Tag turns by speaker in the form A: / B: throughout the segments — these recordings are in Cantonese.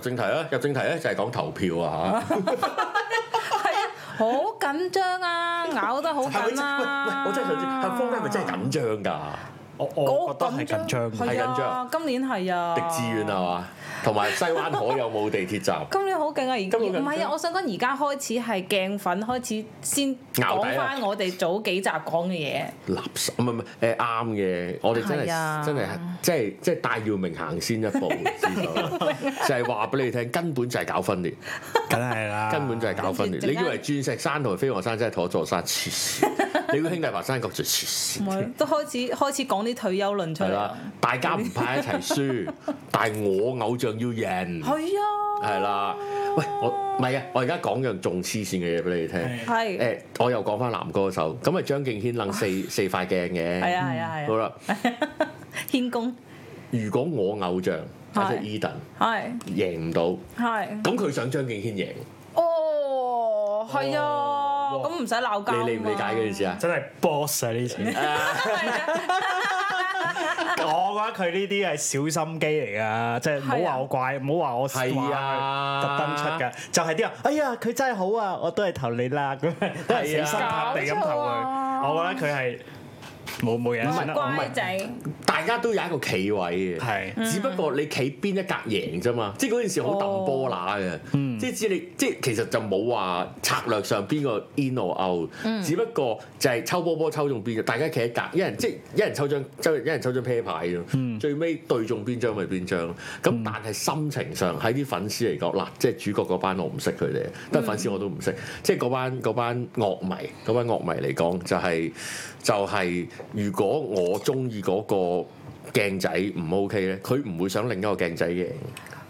A: 正題啦，入正題咧就係講投票啊嚇。
B: 好緊張 啊，咬得好
A: 係咪
B: 緊
A: 真
B: 啊！
A: 喂喂，我真係想知，阿峰係咪真係緊張㗎？
C: 我我覺得係緊張嘅，
A: 係緊
B: 係啊
A: 張，
B: 今年係啊，
A: 迪志遠係嘛？同埋西灣河有冇地鐵站？
B: 今年好勁啊！而
A: 今年緊
B: 唔係啊，我想講而家開始係鏡粉開始先
A: 咬
B: 講
A: 底啊
B: 翻我哋早幾集講嘅嘢，
A: 垃圾唔係唔係誒啱嘅，我哋真
B: 係啊
A: 係真係即係即係戴耀明行先一步，知 道嗎就係話俾你聽，根本就係搞分裂，
C: 梗係 啦，
A: 根本就係搞分裂。
B: 跟
A: 你
B: 住
A: 以
B: 陣間
A: 為鑽石山同埋飛鵝山真係妥座山黐線， 你個兄弟白山角就黐線
B: 唔。係都開始開始講啲退休論出
A: 係
B: 嚟
A: 啦
B: 啊。，
A: 大家唔怕一齊 輸，但係我偶像要贏，
B: 係啊，
A: 係啦。喂，我唔係啊，我而家講樣仲黐線嘅嘢俾你聽。誒、
C: 係
B: 係
A: 我又講翻男歌手，咁咪張敬軒擸四四塊鏡嘅。
B: 係啊係啊係
A: 好
B: 啊，
A: 啦，
B: 獻公
A: 如果我偶像或者
B: 係
A: Eden
B: 係
A: 贏唔到，
B: 係
A: 咁佢想張敬軒贏，
B: 哦係啊，
C: 哦哇
B: 咁唔使鬧交啊嘛。
A: 你理唔理解呢件事啊？
C: 真係 boss 啊！呢次我覺得佢呢啲係小心機嚟㗎，即係唔好話我怪，唔好話我
A: 係啊
C: 特登出㗎，就係啲人，哎呀佢真係好啊，我都係投你啦，咁
A: 啊
C: 都係死心塌地咁投
B: 搞錯啊
C: 佢。我覺得佢係冇冇嘢，算啦，我唔
B: 乖
C: 係
B: 仔，
A: 大家都有一個企位嘅。
C: 係
A: 只不過你企邊一格贏啫嘛，即係嗰件事好揼波乸嘅，即係只你即係其實就冇話策略上邊個 in or out，、只不過就係抽波波抽中邊嘅，大家企一格，一人即係一人抽張抽一人抽張 pair 牌啫，最尾對中邊張咪邊張咯。咁但係心情上喺啲粉絲嚟講，嗱，即係主角嗰班我唔識佢哋，但係粉絲我都唔識，即係嗰班嗰班樂迷嗰班樂迷嚟講就係、就係、如果我中意嗰個。鏡仔唔 OK 咧，佢唔會想另一個鏡仔贏。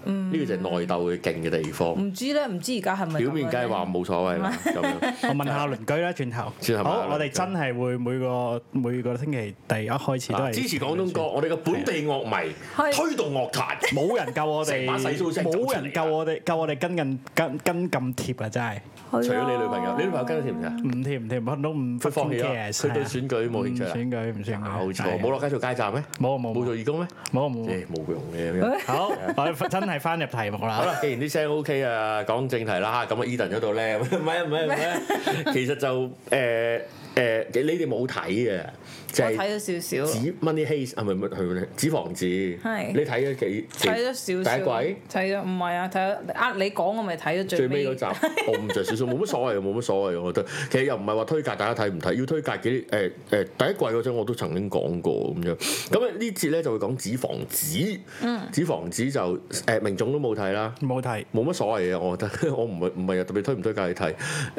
A: 呢個就係內鬥嘅勁嘅地方。
B: 唔知咧，唔知而家係咪咁樣咧
A: 表面梗係話冇所謂啦，咁樣
C: 我問下鄰居啦，
A: 轉
C: 轉
A: 頭
C: 頭。
A: 問下
C: 好，我
A: 鄰
C: 哋
A: 居
C: 真係會每個每個星期第一開始都
A: 嗱
C: 係
A: 啊支持廣東歌，我哋嘅本地樂迷
B: 係
A: 推動樂壇。
C: 冇人夠我
A: 成
C: 哋，
A: 把洗蘇聲走出嚟
C: 冇人夠我哋，夠我哋跟緊跟跟咁貼啊！真係
B: 除
A: 除咗你女朋友，你女朋友跟得貼唔貼啊？
C: 唔貼唔貼，唔都唔
A: 佢放棄啦，
C: care，
A: 佢對選舉冇興趣
C: 唔
A: 啦。
C: 選舉唔選舉
A: 搞錯，
C: 係
A: 冇落街做街站咩？
C: 冇冇
A: 冇做義工咩？
C: 冇冇冇
A: 誒，冇用嘅咁樣。
C: 好，我哋真係翻入題目
A: 好
C: 啦。
A: 啦，既然啲聲 OK 啊，講正題啦嚇，咁啊 Eden 嗰度咧，唔 係啊唔係唔係，其實就誒誒，你哋冇睇嘅，就
B: 我
A: 係
B: 睇。咗少少，
A: 紙 Money Haze 係咪乜佢咧？紙房子，
B: 係
A: 你睇咗幾？幾
B: 睇咗少少，
A: 第一季
B: 睇咗唔係啊，睇咗呃你講我咪睇咗
A: 最
B: 最
A: 尾嗰集， 我唔着少少，冇乜所謂，冇乜所謂，我覺得。其實又唔係話推介大家睇唔睇，要推介幾誒誒第一季嗰陣我都曾經講過咁樣。咁啊呢節咧就會講紙房子，
B: 嗯
A: 紙房子就誒、明總都冇睇啦。
C: 冇題，
A: 冇乜所謂嘅，我覺得 我唔係唔係又特別推唔推介你睇。誒、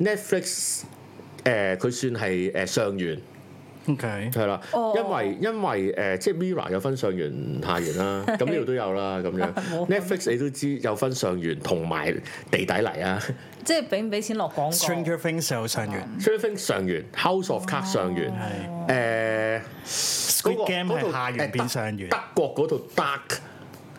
A: Netflix 誒、佢算係誒、上元
C: OK，
A: 係啦，
B: 哦
A: 因為因為誒即係 Mirror 有分上元下元 啦，咁呢度都有啦咁樣
B: 冇。
A: Netflix 你都知有分上元同埋地底泥 啊。
B: 即係俾唔俾錢落廣告
C: Stranger Things 又上完
A: t r a f i n 上元，House of Cards 上元，誒
C: ，Squid Game 係下完變上完，
A: 德國嗰度 Dark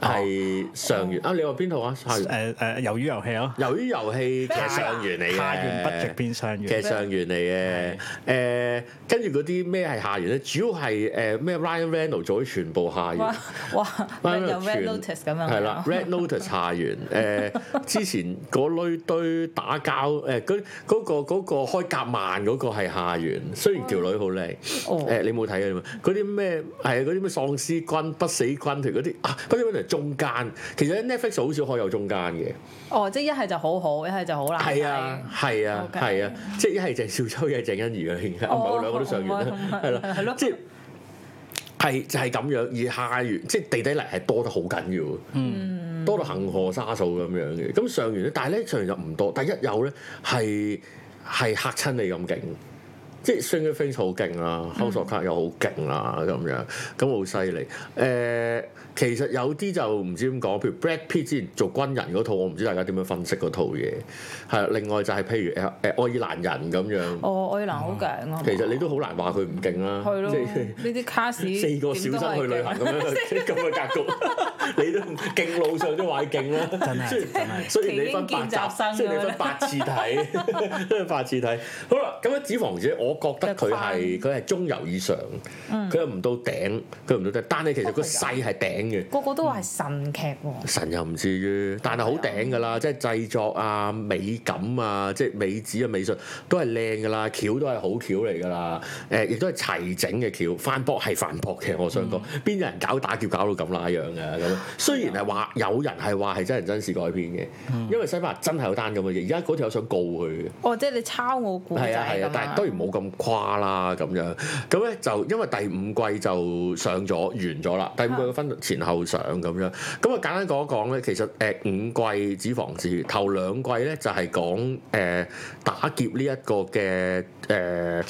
A: 係上元啊！你話邊套啊？下元。
C: 誒誒，魷魚遊戲咯，
A: 由於遊戲嘅上元嚟嘅，
C: 下完不值變上完，
A: 嘅上元嚟嘅，誒、跟住嗰啲咩係下元咧？主要係誒咩 Ryan Reynolds 做啲全部下元
B: 哇。哇
A: Ryan
B: 有 Red
A: Reynolds
B: Notice 咁樣
A: 係啦，Red Notice 下 元誒、之前嗰堆堆打交誒，嗰、嗰個嗰、個開夾萬嗰個係下元，雖然條女好靚
B: 哦
A: 誒，你冇睇嘅嘛？嗰啲咩係啊嗰啲咩喪屍軍、不死軍團嗰啲啊，不死軍團係中間，其實 Netflix 好少可有中間嘅，
B: 哦，即係一係就好好，一係就好難睇
A: 係啊係啊
B: OK
A: 係啊，即係一係鄭少秋，一係鄭欣宜嘅，啊唔係
B: 哦
A: 我兩個都上完啦
B: 唔係，
A: 係啦，
B: 係咯
A: 即係。係就係咁樣，而下元即係地底泥係多得好緊要，嗯、多到恒河沙數咁樣嘅。咁上完咧，但係咧上完就唔多，但係一有咧係係嚇親你咁勁，即係 Stranger Things 好勁啦，House of Cards 又好勁啦咁樣，咁好犀利。誒、其實有啲就唔知點講，譬如 Brad Pitt 之前做軍人嗰套，我唔知大家點樣分析嗰套嘢。係啊另外就係譬如誒誒愛爾蘭人咁樣，
B: 哦，愛爾蘭好勁啊！
A: 其實你都好難話佢唔勁啦
B: 係，咯，
A: 即係。
B: 呢啲卡士
A: 四個小
B: 點都
A: 生
B: 係
A: 去旅行
B: 勁
A: 咁樣，即係咁嘅格局。你都勁路上都話你勁啦，
C: 真係
A: 雖然
C: 真係
A: 雖然你分八
B: 奇英見習生
A: 集，雖然你分八次 睇，都係八次睇。好啦，咁樣子房姐，我覺得佢係佢係中游以上，
B: 嗯
A: 佢又唔到頂，佢又唔到頂，但係其實個勢係頂嘅。
B: 個個都話係神劇喎。
A: 神又唔至於，但係好頂㗎啦，即係製作啊、美感啊、即係美指啊、美術都係靚㗎啦，橋都係好橋嚟㗎啦，誒、亦都係齊整嘅橋，反駁係反駁嘅，我想講，邊有人搞打劫搞到咁乸樣嘅咁？雖然係啊嗯話有人係話係真人真事改編嘅，因為西班牙真係有單咁嘅嘢，而家嗰條友想告佢嘅。
B: 哦，即係你抄我故仔
A: 係啊係啊
B: 咁，
A: 但係當然冇咁誇啦咁樣。咁啊咧就因為第五季就上咗完咗啦，第五季嘅分前後上咁樣。咁啊簡單講一講咧，其實誒、五季子房子頭兩季咧就係講誒打劫呢一個嘅誒、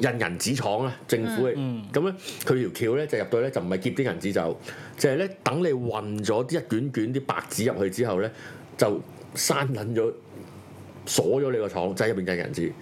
A: 印銀紙廠啊，政府嘅咁咧佢條橋咧就入到咧就唔係劫啲銀紙就就係咧等你運咗啲一卷卷啲白紙入去之後咧就閂撚咗。鎖咗你個廠，就係入邊印銀紙，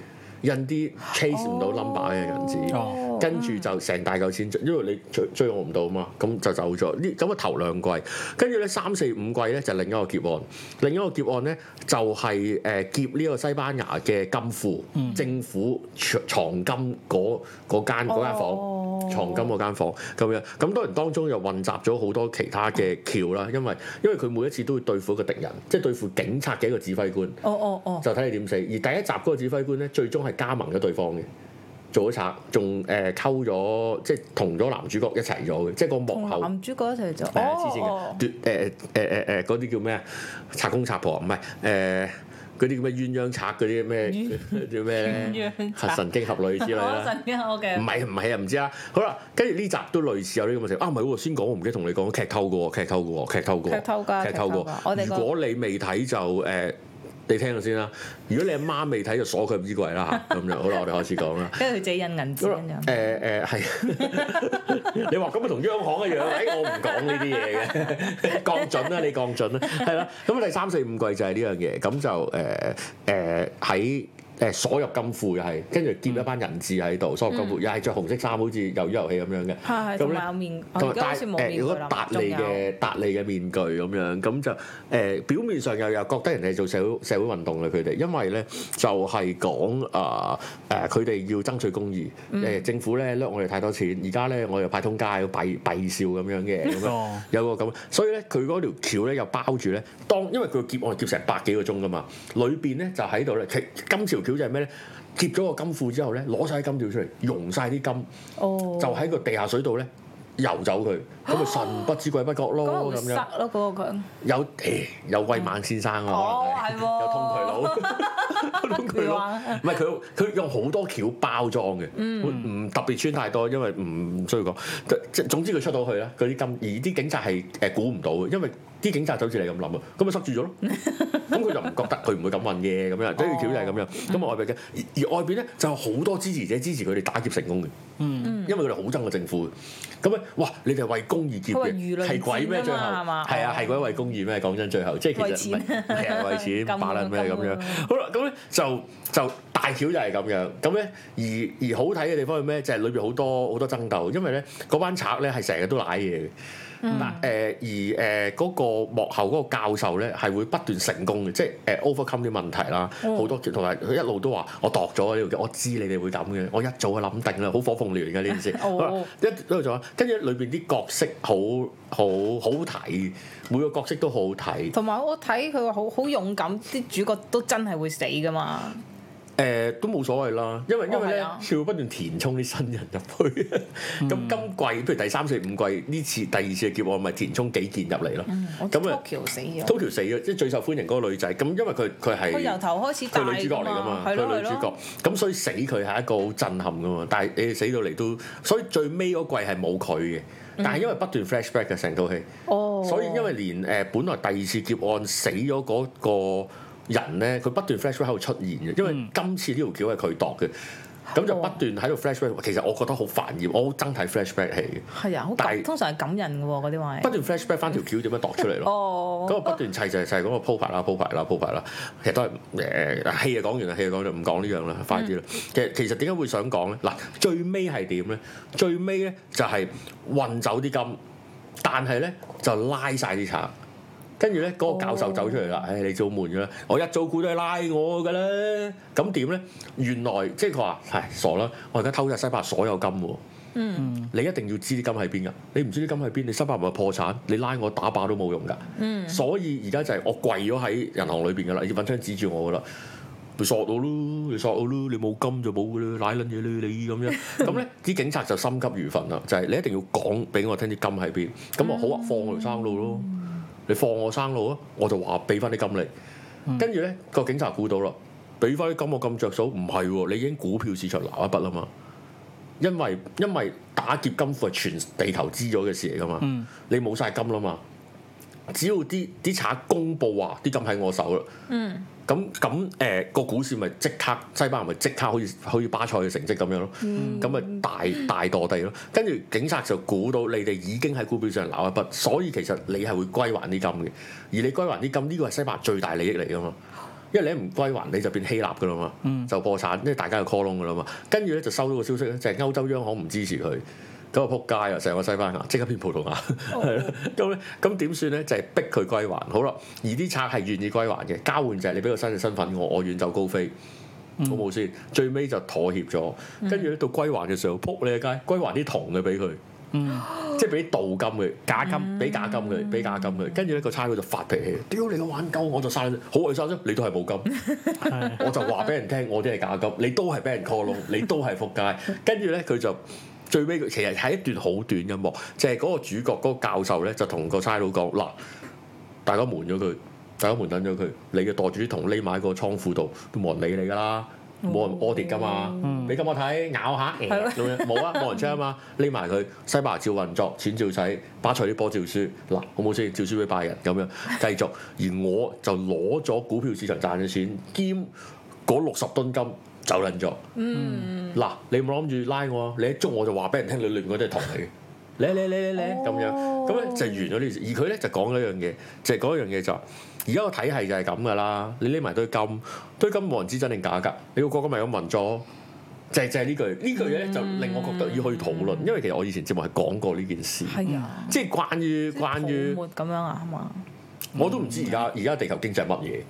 A: 印啲 case 唔到 number 嘅銀紙，
C: 哦
A: 跟住就成大嚿錢，因為你追追我唔到嘛，咁就走咗。呢咁啊頭兩季，跟住咧三四五季咧就另一個劫案，另一個劫案咧就係、誒劫呢個西班牙嘅金庫，
C: 嗯
A: 政府藏藏金嗰嗰間嗰間房。
B: 哦
A: 藏金嗰間房咁樣，咁當然當中又混雜咗好多其他嘅橋啦，因為因為佢每一次都會對付一個敵人，即係對付警察嘅一個指揮官。
B: 哦哦哦，
A: 就睇你點死。而第一集嗰個指揮官咧，最終係加盟咗對方嘅，做咗賊，仲誒溝咗，即係同咗男主角一齊咗嘅，即係個幕
B: 同
A: 後。
B: 男主角一齊做。
A: 誒啊黐線
B: 哦
A: 嘅，奪呃誒誒誒誒嗰啲叫咩啊？賊公賊婆唔係誒嗰啲叫咩鴛鴦賊嗰啲咩 叫咩咧
B: 鴛鴦？賊
A: 神經俠侶之類
B: 哦，
A: 啦。
B: 神經我嘅
A: 唔。係唔係啊，唔知啊。好啦，跟住呢集都類似有呢個問題。啊，唔係喎，先講我唔記得同你講劇透嘅喎，劇透嘅喎，劇透嘅喎，
B: 劇透㗎
A: 劇透
B: 劇透㗎我
A: 嘅
B: 哋
A: 喎。
B: 個
A: 如果你未睇就誒。呃你聽咗先啦，如果你阿媽未睇就鎖佢入衣櫃啦嚇，咁樣好啦，我哋開始講啦。
B: 跟住佢自己印銀紙
A: 咁啦
B: 咁樣。
A: 誒誒係， 你話咁啊同央行一 樣，誒、我唔講呢啲嘢嘅， 降準啦，你降準啦，係啦。咁第三四五季就係呢樣嘢，咁就誒誒喺。誒鎖入金庫又係，跟住見一班人質喺度，鎖入金庫又係着紅色衫，好似魷魚遊戲咁樣嘅。
B: 係係，
A: 啊咁
B: 同
A: 咧
B: 埋有面，
A: 同
B: 哦我而
A: 埋
B: 家好似冇
A: 戴誒
B: 面具
A: 如果
B: 啦
A: 達，
B: 仲
A: 利
B: 有。
A: 嘅達利嘅面具咁樣，咁就誒、表面上又又覺得人哋做社會社會運動啦，佢哋因為咧就係講啊誒，佢、哋要爭取公義，誒、
B: 嗯
A: 政府咧掠我哋太多錢，而家咧我又派通街 閉閉笑咁樣嘅咁樣。
C: 哦，
A: 有個咁，所以咧佢嗰條橋咧又包住咧，當因為佢劫案劫成百幾個鐘噶嘛，裏邊咧就喺度咧，其金條橋就係咩咧？劫咗個金庫之後咧，攞晒啲金條出嚟，溶晒啲金。
B: 哦。
A: 就喺個地下水度咧游走佢，咁咪神不知鬼不覺
B: 嗰個
A: 咯
B: 啊會
A: 咁樣。
B: 塞咯，嗰個佢。
A: 有誒有威猛先生啊，
B: 哦
A: 可能
B: 係 喎
A: 有通 渠佬，有通渠佬
B: 佢話，嗯
A: 唔係佢佢用好多橋包裝嘅，唔特別穿太多，因為唔需要講。即總之佢出到去啦，嗰啲金而啲警察係誒估唔到嘅，因為啲警察就好似你咁諗啊，咁咪塞住 咗咯。咁佢就唔覺得佢唔會咁運嘅咁樣，所以條橋就係咁樣。咁啊外邊嘅，而而外邊咧就有好多支持者支持佢哋打劫成功嘅，
B: 嗯
A: 因為佢哋好憎個政府。咁咧，哇！你哋係為公義劫
B: 佢話
A: 嘅
B: 輿，論
A: 係鬼咩？
B: 戰啊嘛
A: 最後
B: 係嘛
A: 係啊，係鬼為公義咩？講真，最後即係其實唔係 係啊，為
B: 金
A: 錢把撚咩咁
B: 金
A: 樣。好啦，咁咧就就大橋就係咁樣。咁咧而而好睇嘅地方係咩？就係裏邊好多好多爭鬥，因為咧嗰班賊咧係成日都賴嘢嘅。嗱誒、呃而誒嗰、個幕後嗰個教授咧係會不斷成功嘅，即係誒、overcome 呃啲問題啦，好、
B: 嗯
A: 多同埋佢一路都話我度咗呢條嘅，我知你哋會咁嘅，我一早就諗定啦，好火鳳燎原嘅呢件事，
B: 哦
A: 好啦一一路做，跟住裏邊啲角色好好好睇，每個角色都好好睇。
B: 同埋我睇佢話好好勇敢，啲主角都真係會死噶嘛。
A: 誒、呃都冇所謂啦，因為因為咧
B: 哦係啊，嗯
A: 佢會不斷填充啲新人入去。咁今季譬如第三四五季呢次第二次嘅劫案，咪填充幾件入嚟咯。
B: 我
A: 咁啊
B: Tokyo 死咗，
A: Tokyo 死咗，即係最受歡迎嗰個女仔。咁因為佢佢
B: 佢由
A: 係
B: 頭開始大
A: 佢女主角嚟
B: 㗎
A: 㗎嘛，
B: 係
A: 佢
B: 咯
A: 女
B: 係
A: 主角
B: 咯。。
A: 咁所以死佢係一個好震撼㗎嘛。但係你哋死到嚟都，所以最尾嗰季係冇佢嘅。但係因為不斷 flashback 嘅成套戲，
B: 嗯哦。
A: 所以因為連誒、呃本來第二次劫案死咗嗰個人咧，佢不斷 flashback 喺度出現嘅，因
B: 嗯
A: 為今次呢條橋係佢度嘅。咁就不斷喺度 flashback，其實我覺得好煩厭，我好憎睇 flashback 戲
B: 係啊，好
A: 但
B: 感，
A: 係
B: 通常係感人嘅喎嗰啲
A: 嘅，不
B: 位。
A: 斷 flashback 翻條橋點樣度出嚟咯。
B: 哦。
A: 咁啊不斷砌就係就係嗰個鋪排啦、鋪排啦、鋪排啦，其實都係誒戲就講完啦，戲就講完，唔講呢樣啦，
B: 嗯
A: 快啲啦。其實其實點解會想講咧？嗱，最尾係點咧？最尾咧就係運走啲金，但係咧就拉晒啲賊。跟住咧，
B: 哦
A: 嗰、個教授走出嚟啦，唉、你做悶嘅啦，我一早估都係拉我嘅啦，咁點咧？原來即係佢話，唉，傻啦，我而家偷晒西伯所有金喎，嗯，你一定要知啲金喺邊㗎，你唔知啲金喺邊，你西伯咪破產，你拉我打靶都冇用㗎，嗯，所以而家就係我跪咗喺銀行裏邊㗎啦，你要揾槍指住我㗎啦。你索我咯，你索我咯，你冇金就冇嘅啦，奶撚嘢咧你咁樣，咁咧啲警察就心急如焚啦，就係、你一定要講俾我聽啲金喺邊，咁我好啊，放我條生路咯，你放我生路啊，我就話俾翻啲金你，跟住咧個警察估到啦，俾翻啲金我咁着數，唔係喎，你已經股票市場撈一筆啦嘛。因為因為打劫金庫係全地球知咗嘅事嚟噶嘛，你冇晒金啦嘛，只要啲啲賊公佈話啲金喺我手啦，
B: 嗯，
A: 咁咁誒個股市咪即刻西班牙咪即刻好似好似巴塞嘅成績咁樣咯，咁咪、大大墮地咯。跟住警察就估到你哋已經喺股票上撈一筆，所以其實你係會歸還啲金嘅，而你歸還啲金呢個係西班牙最大利益嚟噶嘛。因為你一唔歸還你就變希臘噶啦嘛，就破產，因為大家就 call 窿噶啦嘛。跟住咧就收到個消息咧，就係、歐洲央行唔支持佢。咁啊撲街啊！成個西班牙即刻變葡萄牙，係啦咁咧咁點算咧？就係、逼佢歸還。好啦，而啲賊係願意歸還嘅，交換就係你俾個新嘅身份我，我遠走高飛。好冇先，最尾就妥協咗，跟住咧到歸還嘅時候，撲你嘅街，歸還啲銅嘅俾佢，即係俾啲鍍金佢，假金俾假金佢，俾假金佢，跟住咧個差佬就發脾氣，屌你個玩鳩，我就嘥咗，好鬼嘥咗，你都係冇金。
C: 係
A: 我就話俾人聽，我啲係假金，你都係俾人 call 窿，你都係仆街。跟住咧，佢就最尾佢其實係一段好短嘅幕，就係、嗰個主角嗰個教授咧，就同個差佬講嗱，大家瞞咗佢，大家瞞等咗佢，你嘅袋主同匿埋喺個倉庫度，都冇人理你㗎啦。冇人 audit 㗎嘛，俾咁我睇咬下咁樣，冇啊冇人 check 啊嘛，匿埋佢西班牙照運作，錢照使，巴塞啲波照輸，嗱好冇先，照輸俾拜仁咁樣繼續，而我就攞咗股票市場賺嘅錢兼。嗰六十噸金走撚咗。嗯，嗱，你冇諗住拉我啊，你一捉我就話俾人聽，你裏面嗰啲係糖嚟嘅。嚟嚟嚟嚟
B: 哦
A: 嚟咁樣，咁咧就完咗呢件事。而佢咧就講咗一樣嘢，就係講一樣嘢就係而家個體系就係咁噶啦。你匿埋堆金，堆金冇人知真定假㗎。你個國家咪咁運作，就係就係呢句呢句嘢
B: 嗯
A: 咧，就令我覺得要去討論。因為其實我以前節目係講過呢件事，
B: 係啊，
A: 即係關於關於
B: 泡。沫咁樣啊係嘛，
A: 我都唔知而家而家地球經濟係乜嘢，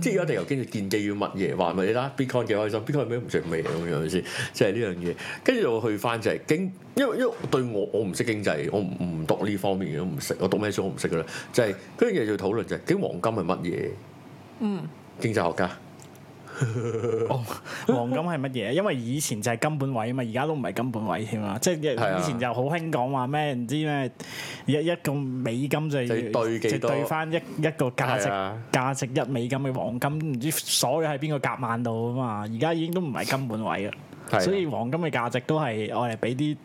A: 即係而家地球經濟建基於乜嘢？話咪你啦，Bitcoin 幾開心，Bitcoin 咩唔算咩咁樣先，即係呢樣嘢。跟住我去翻就係經，因為因為對我我唔識經濟，我唔唔讀呢方面嘅都唔識，我讀咩書我唔識噶啦。就係嗰樣嘢就要討論就係究竟黃金係乜嘢？
B: 嗯，
A: 經濟學家
C: 哦 黃金係乜嘢？因為以前就係金本位啊嘛，而家都唔係金本位添啊！即
A: 係啊
C: 係以前就好興講話咩唔知咩一一個美金就要
A: 就要對幾
C: 就
A: 多
C: 對翻一一個價值
A: 係啊
C: 價值一美金嘅黃金，唔知所有喺邊個夾萬度啊嘛！而家已經都唔係金本位啦。
A: 係啊
C: 所以黃金嘅價值都係我哋俾啲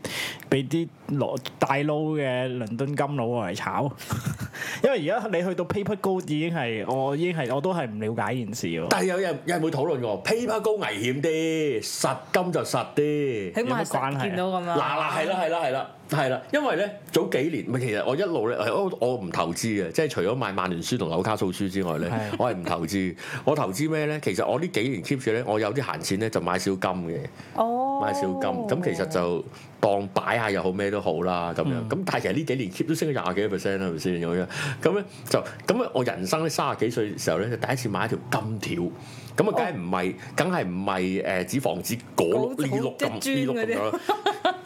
C: 俾啲攞大撈嘅倫敦金佬嚟炒， 因為而家你去到 paper gold 已經係我已經係我都係唔了解呢件事喎。
A: 但係有人有人會討論喎，paper 高危險啲，實金就實啲。
B: 起碼
C: 有乜關係
B: 係
C: 啊
B: 見到咁
A: 嗱
B: 樣，
A: 嗱係啦係啦係啦係啦，因為咧早幾年咪其實我一路咧我我唔投資嘅，即係除咗買曼聯書同紐卡素書之外咧
C: 係，
A: 我係唔投資。我投資咩咧？其實我呢幾年 keep 住咧，我有啲閒錢咧就買少金嘅，
B: 哦，
A: 買少金。咁其實就當擺下又好咩都好啦咁
B: 嗯
A: 樣。咁但係其實呢幾年 keep 都升咗廿幾個 percent 啦，係咪先咁樣？咁咧就咁咧，我人生咧三十幾歲嘅時候咧，就第一次買一條金條。
B: 哦
A: 咁啊，梗係唔係，梗係唔係誒紙房子嗰
B: 好
A: 碌
B: 好
A: 呢碌咁
B: 即係磚
A: 呢碌咁
B: 嗰啲
A: 樣啦。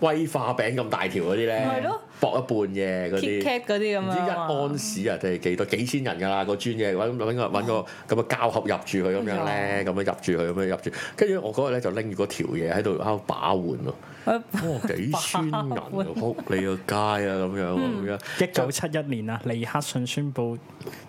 A: 威化餅咁大條嗰啲
B: 係
A: 咧
B: 咯，
A: 薄一半嘅嗰啲。
B: Kit Kat 嗰啲咁
A: 唔
B: 樣
A: 知一
B: 啊嘛
A: 安士啊定係幾多幾千人㗎啦個磚嘢，
B: 嗯
A: 揾揾個揾個咁嘅膠盒入住佢咁樣
B: 哎
A: 咧，咁樣入住佢咁樣入住，跟住我嗰日咧就拎住嗰條嘢喺度喺度把玩喎，
B: 我
A: 哇幾千銀啊，
B: 把玩嗯
A: 撲你個街啊咁樣咁樣，
C: 一九七一年啊，尼克遜宣布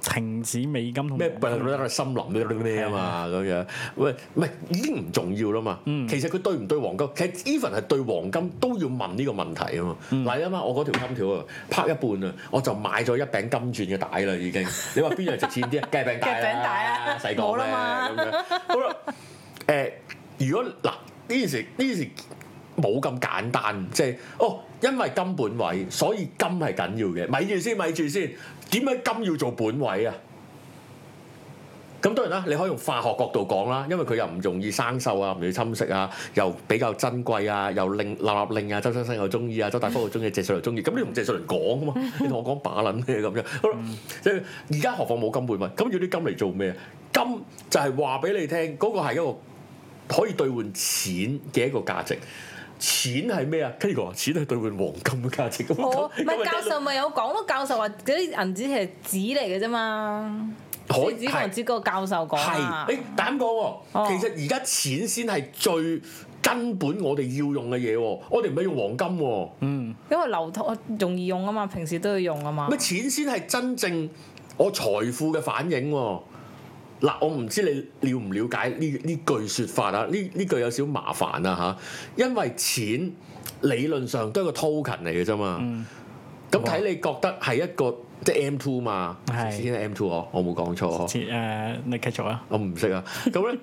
C: 停止美金同
A: 咩
C: 黃
A: 咩
C: 金
A: 咩森林咩咩啊嘛咁樣，喂唔係已經唔重要啦嘛。
B: 嗯
A: 其實佢對唔對黃金，其實 even 係對黃金都要問呢個問題啊嘛。
B: 嗯
A: 嗱啊嘛，我嗰條金條啊，拍一半啊，我就買咗一餅金鑽嘅帶啦已經。 你話邊樣值錢 啲啊？梗係餅帶
B: 梗係餅帶
A: 啦
B: 啊，
A: 細
B: 冇
A: 講
B: 啦
A: 咩
B: 嘛
A: 咁樣。好啦，誒，如果嗱呢件事呢件事冇咁簡單，即係哦。因為金本位，所以金係緊要嘅。咪住先，咪住先。點解金要做本位啊？咁當然啦，你可以用化學角度講啦，因為佢又唔容易生鏽啊，唔容易侵蝕啊，又比較珍貴啊，又令立立令啊，周生生又中意啊，周大福又中意，謝瑞麟中意，咁你同謝瑞麟講啊
B: 嗯
A: 嘛，你同我講把撚咩咁樣？好啦，即係而家何況冇金配物，咁要啲金嚟做咩啊？金就係話俾你聽，嗰、個係一個可以兌換錢嘅一個價值。錢係咩啊？跟住佢話錢係兌換黃金嘅價值咁。
B: 我
A: 咁
B: 哦唔係教授
A: 咁
B: 咪有講咯，教授話嗰啲銀紙係紙嚟嘅啫嘛，
A: 可
B: 你只能
A: 係
B: 知嗰個教授講啊
A: 係，，誒膽講
B: 哦
A: 喎，其實而家錢先係最根本我哋要用嘅嘢喎，我哋唔係用黃金喎，
C: 嗯，
B: 因為流通容易用啊嘛，平時都要用啊嘛
A: 乜，錢先係真正我財富嘅反映喎。嗱，我唔知你了唔了解呢呢句説法啊？呢呢句有少麻煩啊嚇，因為錢理論上都係個 token 嚟嘅啫嘛。
C: 嗯
A: 咁睇你覺得係一個即係 M two 嘛？
C: 係
A: 先係 M two 哦我我冇講錯呵
C: 切誒，你繼續啊。
A: 我唔識啊。咁咧，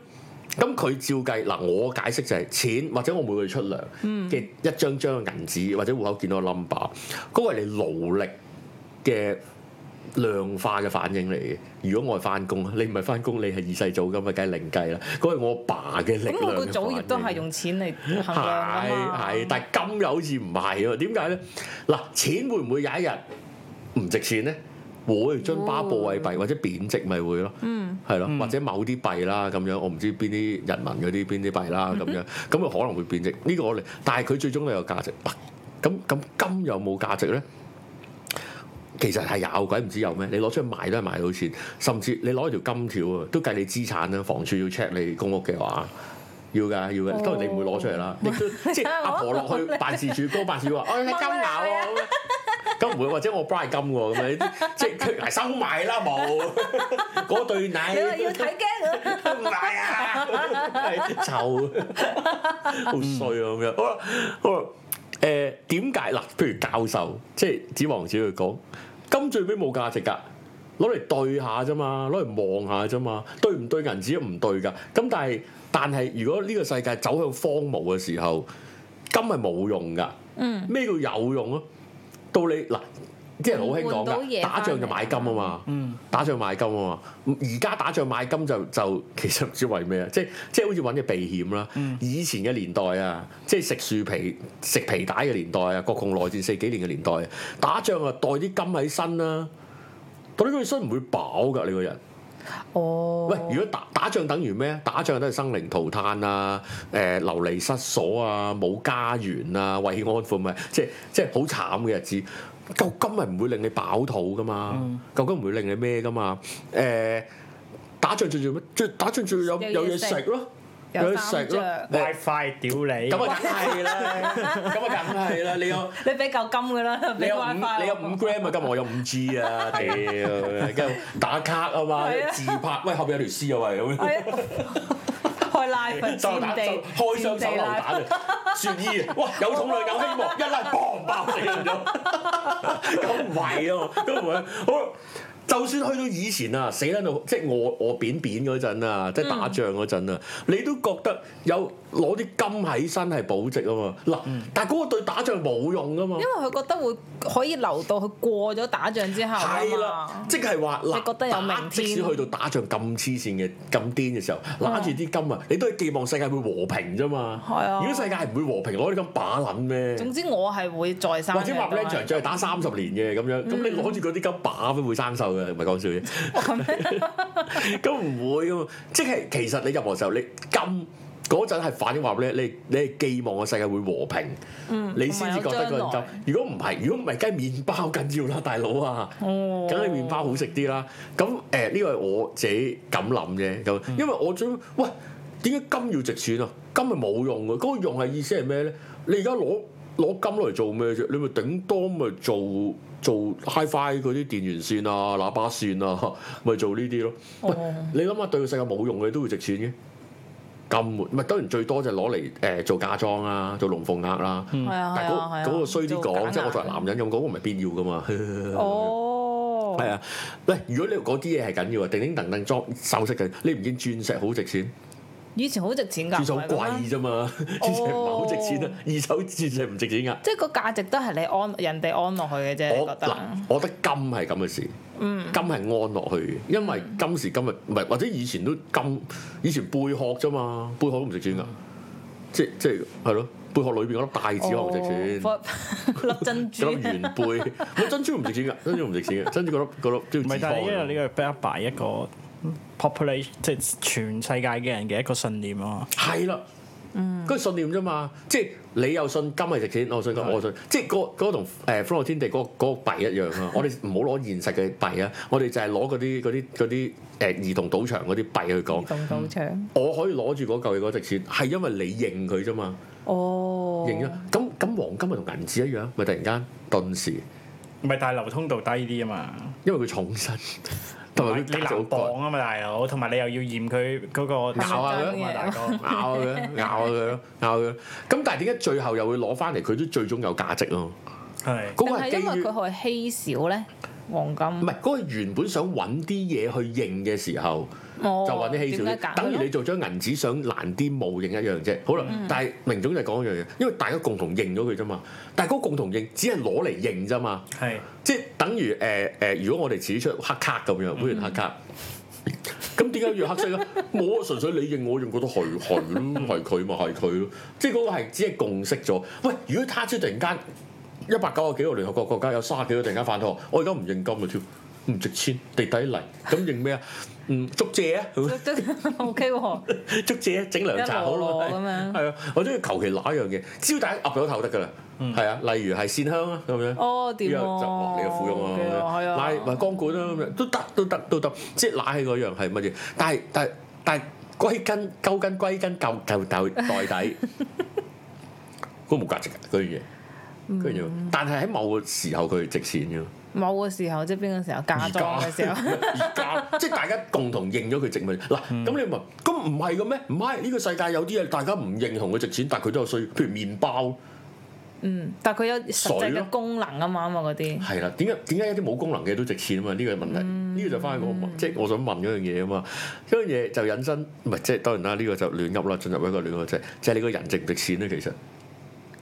A: 咁佢照計嗱，我解釋就係錢或者我每個月出糧
B: 嗯
A: 嘅一張張嘅銀紙或者户口見到個 number，嗰個係你勞力嘅。量化嘅反應嚟嘅。如果我係翻工，你唔係翻工，你係二世祖咁啊，梗係另計啦。嗰係我爸嘅力量
B: 咁
A: 嘅
B: 我個祖業都係
A: 反應
B: 用錢嚟衡量
A: 係
B: 啊嘛，
A: 係，但係金又好似唔係喎，點解咧？嗱，錢會唔會有一日唔值錢咧？會將巴布韋幣或者貶值咪會咯，係咯，或者某啲幣啦咁樣，我唔知邊啲人民嗰啲邊啲幣啦咁樣，咁佢可能會貶值。呢個我哋，但係佢最終都有價值。嗱，咁咁金有冇價值咧？其實係有鬼唔知有咩？你攞出去賣都係賣到錢，甚至你攞條金條啊，都計你資產啦。房署要 check 你公屋嘅話，要㗎要㗎。當然你唔會攞出嚟啦，亦都即係阿婆落去辦事處，嗰個辦事處話：哦，你金牛啊咁樣，咁唔會，或者我 b r i 金喎咁 樣，即係佢嚟收埋啦冇，嗰對奶
B: 你話要 睇驚啊，
A: 唔係啊，係 臭，好衰啊咁
B: 嗯
A: 樣。好啦，好啦，誒點解嗱？譬如教授，即係子王子佢講，金最尾冇價值㗎。攞嚟對下啫嘛，攞嚟望下啫嘛，對唔對銀紙唔對㗎。咁但係但係，如果呢個世界走向荒蕪嘅時候，金係冇用㗎。
B: 嗯，
A: 咩叫有用啊？到你嗱，啲人好興
B: 換
A: 講
B: 到
A: 㗎，
B: 嘢
A: 打仗就
B: 返嚟
A: 買金啊嘛。
C: 嗯，
A: 打仗買金啊嘛，而家打仗買金就就其實唔知為咩啊，即係即係好似揾嘢避險啦。以前嘅年代啊，即係食樹皮食皮帶嘅年代啊，國共內戰四幾年嘅年代啊，打仗啊袋啲金喺身啦、袋啲金喺身唔會飽㗎，你個人。
B: 哦，
A: 喂，如果打打仗等於咩？啊打仗都係生靈塗炭啊，誒、流離失所啊，冇家園啊，為安撫咪，即係即係好慘嘅日子。舊金係唔會令你飽肚噶嘛，
B: 嗯
A: 舊金唔會令你咩噶嘛。誒、打仗最做咩？最打仗最有
B: 有
A: 有
B: 嘢
A: 嘢
B: 食
A: 食咯，
B: 有
A: 有嘢
B: 衫
A: 食咯。
B: 着
A: 誒
C: WiFi 屌你！
A: 咁啊，梗係啦，咁啊，梗係啦，你有。
B: 你俾嚿金㗎啦，
A: 你
B: 俾
A: 有五
B: WiFi
A: 你有五 gram 啊，今日我有五 G 啊，屌，跟住打卡啊嘛
B: 係啊，
A: 自拍，喂後邊有條屍啊喂咁 樣。
B: 係啊，開 live
A: 手榴彈
B: 戰地
A: 手開箱手榴彈啊，雪衣啊，哇有重量有希望，一粒砰爆死人咗， 咁唔係啊嘛，咁唔係好啦。就算去到以前啊，死撚到即係我我扁扁嗰陣啊，即係
B: 嗯
A: 打仗嗰陣啊，你都覺得有攞啲金喺身係保值啊嘛。嗱，
B: 嗯
A: 但係嗰個對打仗冇用啊噶嘛
B: 因。為佢覺得會可以留到佢過咗打仗之後啊
A: 係啦
B: 嘛，，
A: 即係話嗱，
B: 你覺得有明
A: 打
B: 天
A: 即使去到打仗咁黐線嘅、咁癲嘅時候，揦住啲金啊，你都係寄望世界會和平啫嘛。
B: 係啊
A: 如果世界係唔會和平，攞啲金把撚咩？
B: 總之我係會再生
A: 或者話
B: 嘅
A: plan
B: 咁樣
A: 長仗係打三十年嘅咁樣，
B: 嗯
A: 咁你攞住嗰啲金把都會生鏽嘅，唔係講笑啫。 咁唔會噶嘛，即係其實你任何時候你金。嗰陣係反映話咧，你你係寄望個世界會和平，你先至覺得嗰
B: 嗯同埋有將
A: 陣
B: 來
A: 金。如果唔係，如果唔係，梗係麵包緊要啦，大佬啊！
B: 哦
A: 梗係麵包好食啲啦。咁誒呢個係我自己咁諗啫。咁
B: 嗯
A: 因為我想，喂，點解金要值錢啊？金係冇用嘅，嗰、個用係意思係咩咧？你而家攞攞金嚟做咩啫？你咪頂多咪做做 HiFi 嗰啲電源線啊、喇叭線啊， 咪做呢啲咯。喂
B: 哦
A: 你諗下對個世界冇用嘅都會值錢嘅。金門唔係當然最多就係攞嚟誒做嫁妝啦，做龍鳳鈪啦。
B: 係啊
A: 但
B: 係
A: 係
B: 啊係啊，
A: 嗰嗰個衰啲講，即係我作為男
B: 人
A: 人咁講，我唔係必要噶嘛。
B: 哦，
A: 係啊，喂！如果你嗰啲嘢係緊要啊，叮叮噔噔裝首飾嘅，你唔見鑽石好值錢，
B: 以前好值錢㗎，
A: 鑽石好
B: 唔係咁咩
A: 貴啫嘛，
B: 哦
A: 鑽石唔係好值錢啊，二手鑽石唔值錢噶。
B: 即係個價值都係你安人哋安落去嘅啫，你
A: 我
B: 覺
A: 嗱
B: 得，啊嗯
A: 我覺得金係咁嘅事，金係安落去嘅，因為今時今日唔係或者以前都金，以前貝殼啫嘛，貝殼都唔值錢
B: 嗯
A: 㗎，即即係係咯，貝殼裏邊嗰粒大子殼唔值錢。
B: 哦 粒珍珠
A: 嗰 粒圓 貝，乜珍珠唔值錢㗎，珍珠唔值錢嘅，珍珠嗰粒嗰粒都要脂
C: 唔係，但係因為
A: 肪嘅。
C: 呢個 back by 一個嗯 population，即係全世界嘅人嘅一個信念啊嘛。
A: 係啦，嗰個信念啫嘛，即係你又信金係值錢，我信金，我信，即係嗰嗰個同誒歡樂天地嗰個嗰個幣一樣 啊！我哋唔好攞現實嘅幣啊，我哋就係攞嗰啲嗰啲嗰啲誒兒童賭場嗰啲幣去講。
B: 動到場。
A: 我可以攞住嗰嚿嘢嗰值錢，係因為你認佢啫嘛，
B: 哦，
A: 認啊咗。咁咁黃金咪同銀紙一樣，咪突然間頓時，
C: 唔係，但係流通度低啲啊嘛。
A: 因為佢重身，同埋
C: 你
A: 佢
C: 難
A: 價值好
C: 磅
A: 高，
C: 啊嘛，大佬，同埋你又要驗佢嗰 個
A: 咬下
B: 真
A: 佢
B: 嘅
C: 啊嘛，大 哥。
A: 咬下佢，咬下佢咯，咬下佢。咁但係點解最後又會攞翻嚟？佢都最終有價值咯。
C: 係。
A: 嗰、個
B: 但
A: 係
B: 係
A: 基
B: 因為
A: 於
B: 佢可以稀少咧，黃金
A: 唔係嗰個原本想揾啲嘢去認嘅時候。
B: 哦
A: 就揾啲稀少
B: 點解
A: 啲，
B: 揀
A: 等於你
B: 咯
A: 做張銀紙想難啲模認一樣啫。好啦，
B: 嗯
A: 但係明總就講一樣嘢，因為大家共同認咗佢啫嘛。但係嗰個共同認只係攞嚟認啫嘛，
C: 係
A: 即係等於誒誒，如果我哋自己出黑卡咁樣，會員黑卡。咁點解要黑色咧？冇啊，純粹你認我認，覺得係係咯，係佢咪係佢咯。即係嗰個係只係共識咗。喂，如果他朝突然間一百九十幾個聯合國國家有三十幾個突然間反台，我而家唔認金啦，添唔值錢，地底泥咁認咩啊？嗯，竹蔗啊， 咁
B: 都都 OK 喎，
A: 竹蔗整涼茶好咯，
B: 一籮咁樣
A: 係啊，我中意求其揦一樣嘢，只要大家噏咗頭得㗎啦，係啊，例如係線香啊咁樣。
B: 哦掂
A: 之
B: 喎，
A: 後就哦你嘅富翁
B: 係啊，係
A: 啊，拉
B: 啊，
A: 埋光管啦咁樣都得都得都得，即係拉起嗰樣係乜嘢？但係但係但係歸根究根歸根究究究代底， 嗰個冇價值㗎嗰樣
B: 嗯
A: 嘢，嗰樣嘢。但係喺某個時候佢係值錢嘅，
B: 某個時候即係邊個時候嫁
A: 而家
B: 妝嘅時候， 嗯
A: 而家即係大家共同認咗佢值咪嗱，咁你問咁唔係嘅咩？唔係呢個世界有啲嘢大家唔認同佢值錢，但係佢都有需要，譬如麵包。
B: 嗯，但係佢有實際
A: 水咯
B: 嘅功能啊嘛，啊嘛嗰啲，
A: 係啦，點解點解一啲冇功能嘅都值錢啊嘛？呢個係問題，呢、個就翻去嗰個問，即係我想問嗰樣嘢啊嘛。嗰樣嘢就引申，唔係即係當然啦，呢、個就亂噏啦，進入一個亂噏就係就係你個人值唔值錢啊咧？其實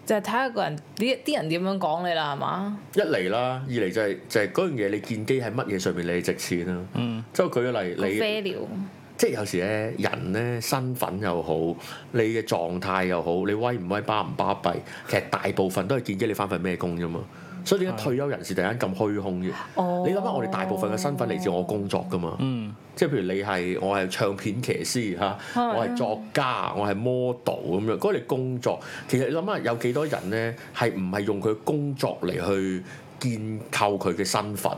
B: 就係睇下個人啲啲人點樣講你啦，係嘛？
A: 一嚟啦，二嚟就係、就係嗰樣嘢你建基喺乜嘢上面你係值錢啦。
C: 嗯，
A: 即係我舉個例，
B: 個
A: 你
B: value
A: 即係有時咧，人咧身份又好，你嘅狀態又好，你威唔威巴唔巴閉，其實大部分都係建基你翻份咩工啫嘛。所以點解退休人士突然間咁虛空嘅？
B: 哦
A: 你諗下，我哋大部分嘅身份嚟自我工作噶嘛？
C: 嗯，
A: 即係譬如你係我係唱片騎師嚇，
B: 係
A: 我係作家，
B: 嗯
A: 我係 model 咁樣，嗰啲工作其實你諗下有幾多人咧係唔係用佢工作嚟去建構佢嘅身份？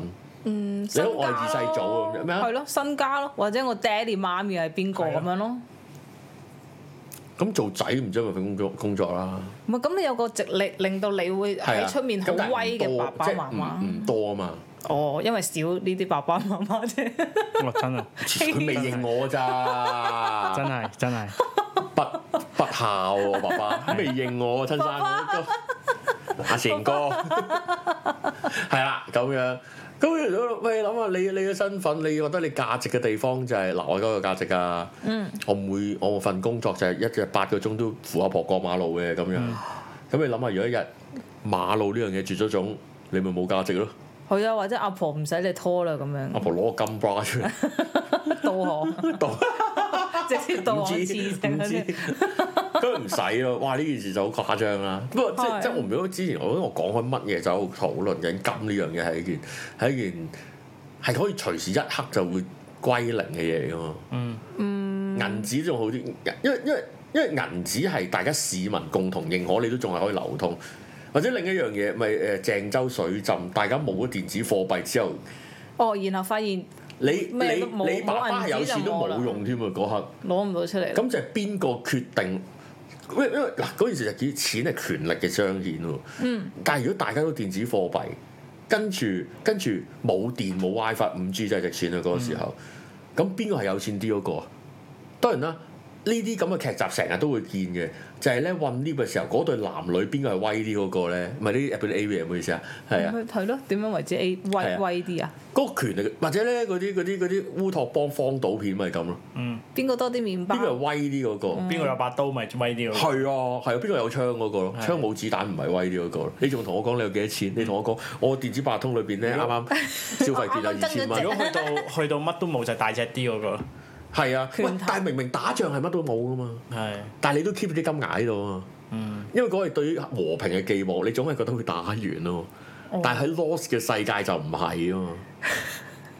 B: 嗯，
A: 你都外二世祖
B: 咯
A: 咁樣咩啊
B: 係咯，身家咯，或者我爹哋媽咪係邊個
C: 係
B: 咁
C: 啊
B: 樣咯？
A: 咁做仔唔知係咪份工作工作啦？
B: 唔係咁，你有個直力令到你會
A: 係啊
B: 喺出面好
A: 咁但係唔
B: 威嘅
A: 多
B: 爸爸
A: 即係
B: 媽
A: 唔
B: 媽。
A: 唔多啊嘛，
B: 哦，因為少呢啲爸爸媽媽啫。
C: 我真啊，
A: 佢未認我 咋，
C: 真係真係，
A: 不 不孝我爸爸未認我親生嗰個阿成哥，係啦咁樣。咁如果喂諗下你你嘅身份，你覺得你價值嘅地方就係、嗱，我而家有價值㗎。嗯，我每我份工作就係一日八個鐘都扶阿婆過馬路嘅咁樣。咁、你諗下，如果一日馬路呢樣嘢絕咗種，你咪冇價值咯。
B: 係啊，或者阿婆唔使你拖啦，咁
A: 阿
B: 樣
A: 婆攞個金 bra 出嚟。
B: 導 航，
A: 到
B: 直接導
A: 唔
B: 航
A: 知
B: 次
A: 唔知， 咁唔使咯。哇！呢件事就好誇張啦。不過即
B: 係
A: 即我唔記得之前我我講開乜嘢就喺度討論緊金呢樣嘢係一件係一件係可以隨時一刻就會歸零嘅嘢嚟噶嘛。
C: 嗯
A: 銀紙仲好啲，因為因為因為銀紙係大家市民共同認可，你都仲係可以流通。或者另一樣嘢咪誒鄭州水浸，大家冇咗電子貨幣之後，
B: 哦，然後發現
A: 你
B: 咩
A: 你
B: 都冇
A: 你爸爸
B: 冇銀紙
A: 有錢
B: 就
A: 都
B: 冇啦
A: 冇用添啊！嗰刻。
B: 攞唔到出嚟啦。
A: 咁就係邊個決定？因為因為嗱嗰件事就叫錢係權力嘅彰顯喎。嗯。但係如果大家都電子貨幣，跟住跟住冇電冇嗯 WiFi 五 G 就係值錢啦嗰個時候。咁邊個係有錢啲嗰個啊？當然啦，啲咁嘅劇集成日都會見嘅，就係咧混 lift 嘅時候，嗰對男女邊個係威啲嗰個咧？唔係呢啲日本 AV 係唔好意思啊，係啊，
B: 咁係咯，點樣為之 A
A: 係
B: 威
A: 啊
B: 威啲啊？
A: 嗰個權力或者咧嗰啲嗰啲嗰啲烏托邦荒島片咪咁咯，
B: 邊個多啲麵包
A: 邊？個係威啲嗰個？
C: 邊個有把刀咪威啲咯？
A: 係啊，係啊，邊個有槍嗰個咯？
C: 係
A: 槍冇子彈唔係威啲嗰個咯。你仲同我講你有幾多錢？你同我講我電子八達通裏邊咧啱 啱消費
B: 我啱啱
A: 跌啊二千
B: 增咗值
A: 蚊
C: 如。果去到去到乜都冇就大隻啲嗰個，
A: 係啊，喂
B: 拳頭，
A: 但係明明打仗係乜都冇噶嘛，
C: 係
A: 但係你都 keep 住啲金牙喺度啊嘛，
C: 嗯
A: 因為嗰係對於和平嘅寄望，你總係覺得佢打完咯。
B: 哦
A: 但係喺 Lost 嘅世界就唔係 啊嘛，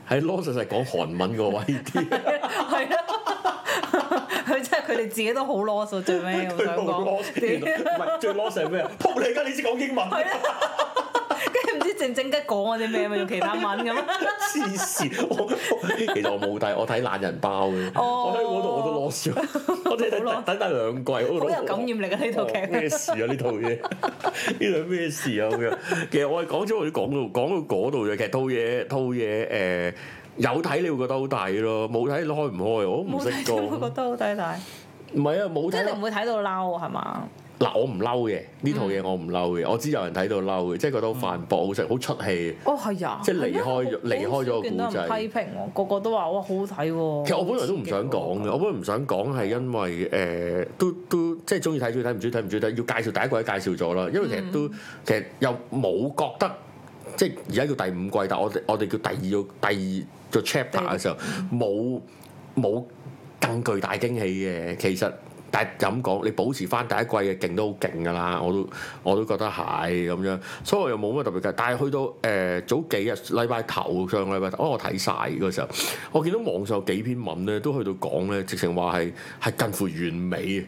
A: 喺 Lost 就係講韓文個位 啲，
B: 係咯，佢真係佢哋自己都好囉嗦 最尾，我
A: 佢
B: 想
A: 冇 Lost，原來
B: 講。
A: 唔係最 Lost 係咩啊？撲你而家你識講英文，
B: 啊跟住唔知靜靜吉講我啲咩咪用其他文咁。啊
A: 黐線！我 我其實我冇睇，我睇懶人包嘅，
B: 哦
A: 我喺嗰度我都 Lost 咗，我哋
B: 好
A: 等
B: lost
A: 等等兩季，
B: 好
A: 好
B: 有感染力啊！呢套
A: 哦咩
B: 劇
A: 事啊？呢套嘢 呢套咩事啊？咁樣其實我係講咗，我都講到講到嗰度嘅。其實套嘢套嘢誒有睇你會覺得好抵咯，冇睇你開唔開哦我都唔
B: 冇
A: 識
B: 睇 到會覺
A: 講。
B: 得好抵大，
A: 唔係啊，冇
B: 即係你
A: 睇
B: 唔會睇到嬲係嘛？
A: 嗱，我唔嬲嘅呢套
B: 嗯
A: 嘢，我唔嬲嘅。我知有人睇到嬲嘅，即係覺得好反駁，好食，好出戲。
B: 哦係啊，
A: 即係離開咗
B: 係
A: 離
B: 咩
A: 開咗個古仔
B: 我好少見到人批評喎，個個都話哇好好睇喎。
A: 其實我本來都唔想講嘅，我本來唔想講係因為誒、呃都都即係中意睇中意睇，唔中意睇唔中意睇，要介紹第一季都介紹咗啦。因為其實都、其實又冇覺得，即係而家叫第五季，但我哋我哋叫第二個第二個 chapter 嘅時候，冇冇更巨大驚喜嘅。其實但係咁講，你保持翻第一季嘅勁都好勁㗎啦，我都我都覺得係咁樣，所以我又冇乜特別嘅。但係去到誒、呃早幾日禮拜頭上個禮拜頭，哦我睇晒嗰時候，我見到網上有幾篇文咧都去到講咧，直情話係係近乎完美啊嘅。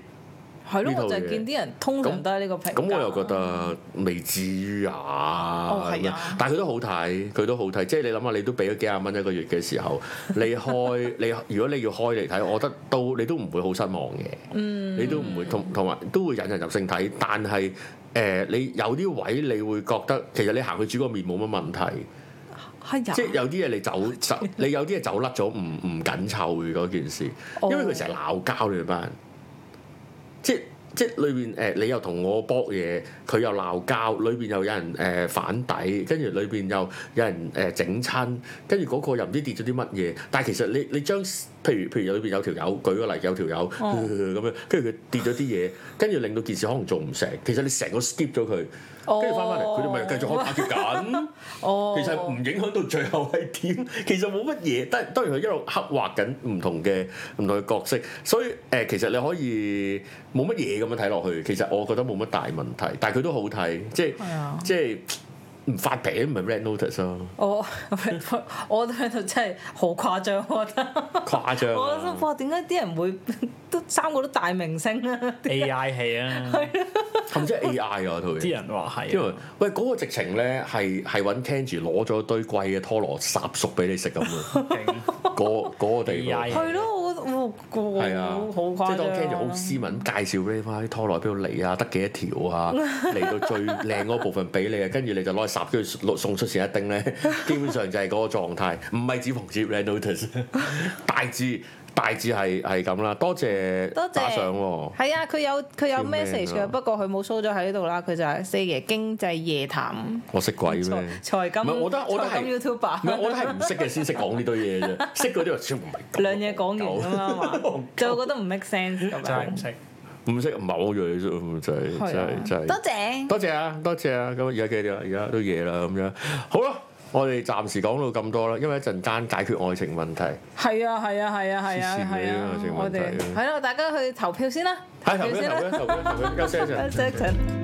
B: 係
A: 呢
B: 咯，
A: 套
B: 我就係見啲人通常都係呢個評價。
A: 咁我又覺得未至於啊，
B: 哦
A: 咁
B: 係
A: 樣
B: 啊
A: 但係佢都好睇，佢都好睇。即係你諗下，你都俾咗幾廿蚊一個月嘅時 候，你開你如果你要開嚟睇，我覺得都你都唔會好失望嘅。
B: 嗯
A: 你都唔會同同埋都會引人入勝睇，但係誒、呃你有啲位你會覺得其實你行去煮個面冇乜問題。
B: 係啊，
A: 即係有啲嘢你走走，你有啲嘢走甩咗，唔唔緊湊嘅嗰件事，
B: 哦
A: 因為佢成日鬧交你哋班人，即係即係裏邊誒，你又同我搏嘢，佢又鬧交，裏邊又有人誒、呃反底，跟住裏邊又有人誒整親，跟住嗰個又唔知跌咗啲乜嘢，但係其實你你將譬如譬如裏邊有條友，舉個例有條友
B: 哦
A: 咁樣，跟住佢跌咗啲嘢，跟住令到件事可能做唔成，其實你成個 skip 咗佢，
B: 哦
A: 跟住翻返嚟，佢哋咪繼續開打劫緊。
B: 哦，
A: 其實唔影響到最後係點， 其實冇乜嘢。但當然佢一路刻畫緊唔同嘅唔同嘅角色，所以誒、呃其實你可以冇乜嘢咁樣睇落去。其實我覺得冇乜大問題，但係佢都好睇，即係
B: 係啊
A: 即係唔發脾氣都唔係 red notice 啊咯，
B: 我哦 我喺度真係好誇張，我覺得。
A: 誇張
B: 我覺得
A: 啊。
B: 哇，點解啲人會 都三個都大明星 啊？
C: AI 戲啊，
A: 甚至係 AI 啊套
C: 啲
A: 嘢。
C: 人話
A: 因為
C: 係啊，
A: 喂嗰、個直情咧係係揾 Kenji 攞咗堆貴嘅拖羅烚熟俾你食咁啊！
C: 勁
A: 嗰嗰個地步
C: AI
B: 係咯，我覺得哇個
A: 係啊，
B: 好
A: 即
B: 誇
A: 係當 Ken 就
B: 張
A: 好斯文介紹俾你翻啲拖內邊度嚟 啊，得幾多條啊，嚟到最靚嗰部分俾你啊，跟住你就攞去霎，跟住送出線一丁 咧，基本上就係嗰個狀態，唔係指縫接 l notice，大致大致係係咁啦，多謝
B: 多謝
A: 打賞喎。
B: 係啊，佢有佢有
A: 叫咩
B: message
A: 啊
B: 嘅，不過佢冇 show 咗喺呢度啦。佢就係四爺經濟夜談
A: 我識鬼咩？
B: 財財金，
A: 唔係我覺得我覺得係
B: 財金
A: 唔係，
B: YouTuber
A: 我覺得係唔識嘅先識講呢堆嘢啫，識嗰啲就超唔係咁
B: 兩嘢講完咁樣 啊嘛，就會覺得唔 make sense 咁
C: 真係
B: 樣
C: 唔。識。
A: 唔識唔係我樣啫，真係
B: 係
A: 真
B: 啊
A: 係真係。
B: 多謝。
A: 多謝啊，多謝啊，咁而家幾點啊？而家都夜啦，咁樣好啦，我哋暫時講到咁多啦，因為一陣間解決愛情問題，
B: 係啊係啊係啊係
A: 黐
B: 啊
A: 線嘅
B: 係
A: 呢個
B: 啊
A: 正！問
B: 我
A: 題
B: 哋
A: 啊
B: 係咯，大家去投票先啦，
A: 係投票投票投票投票，休息一陣
B: 一。陣。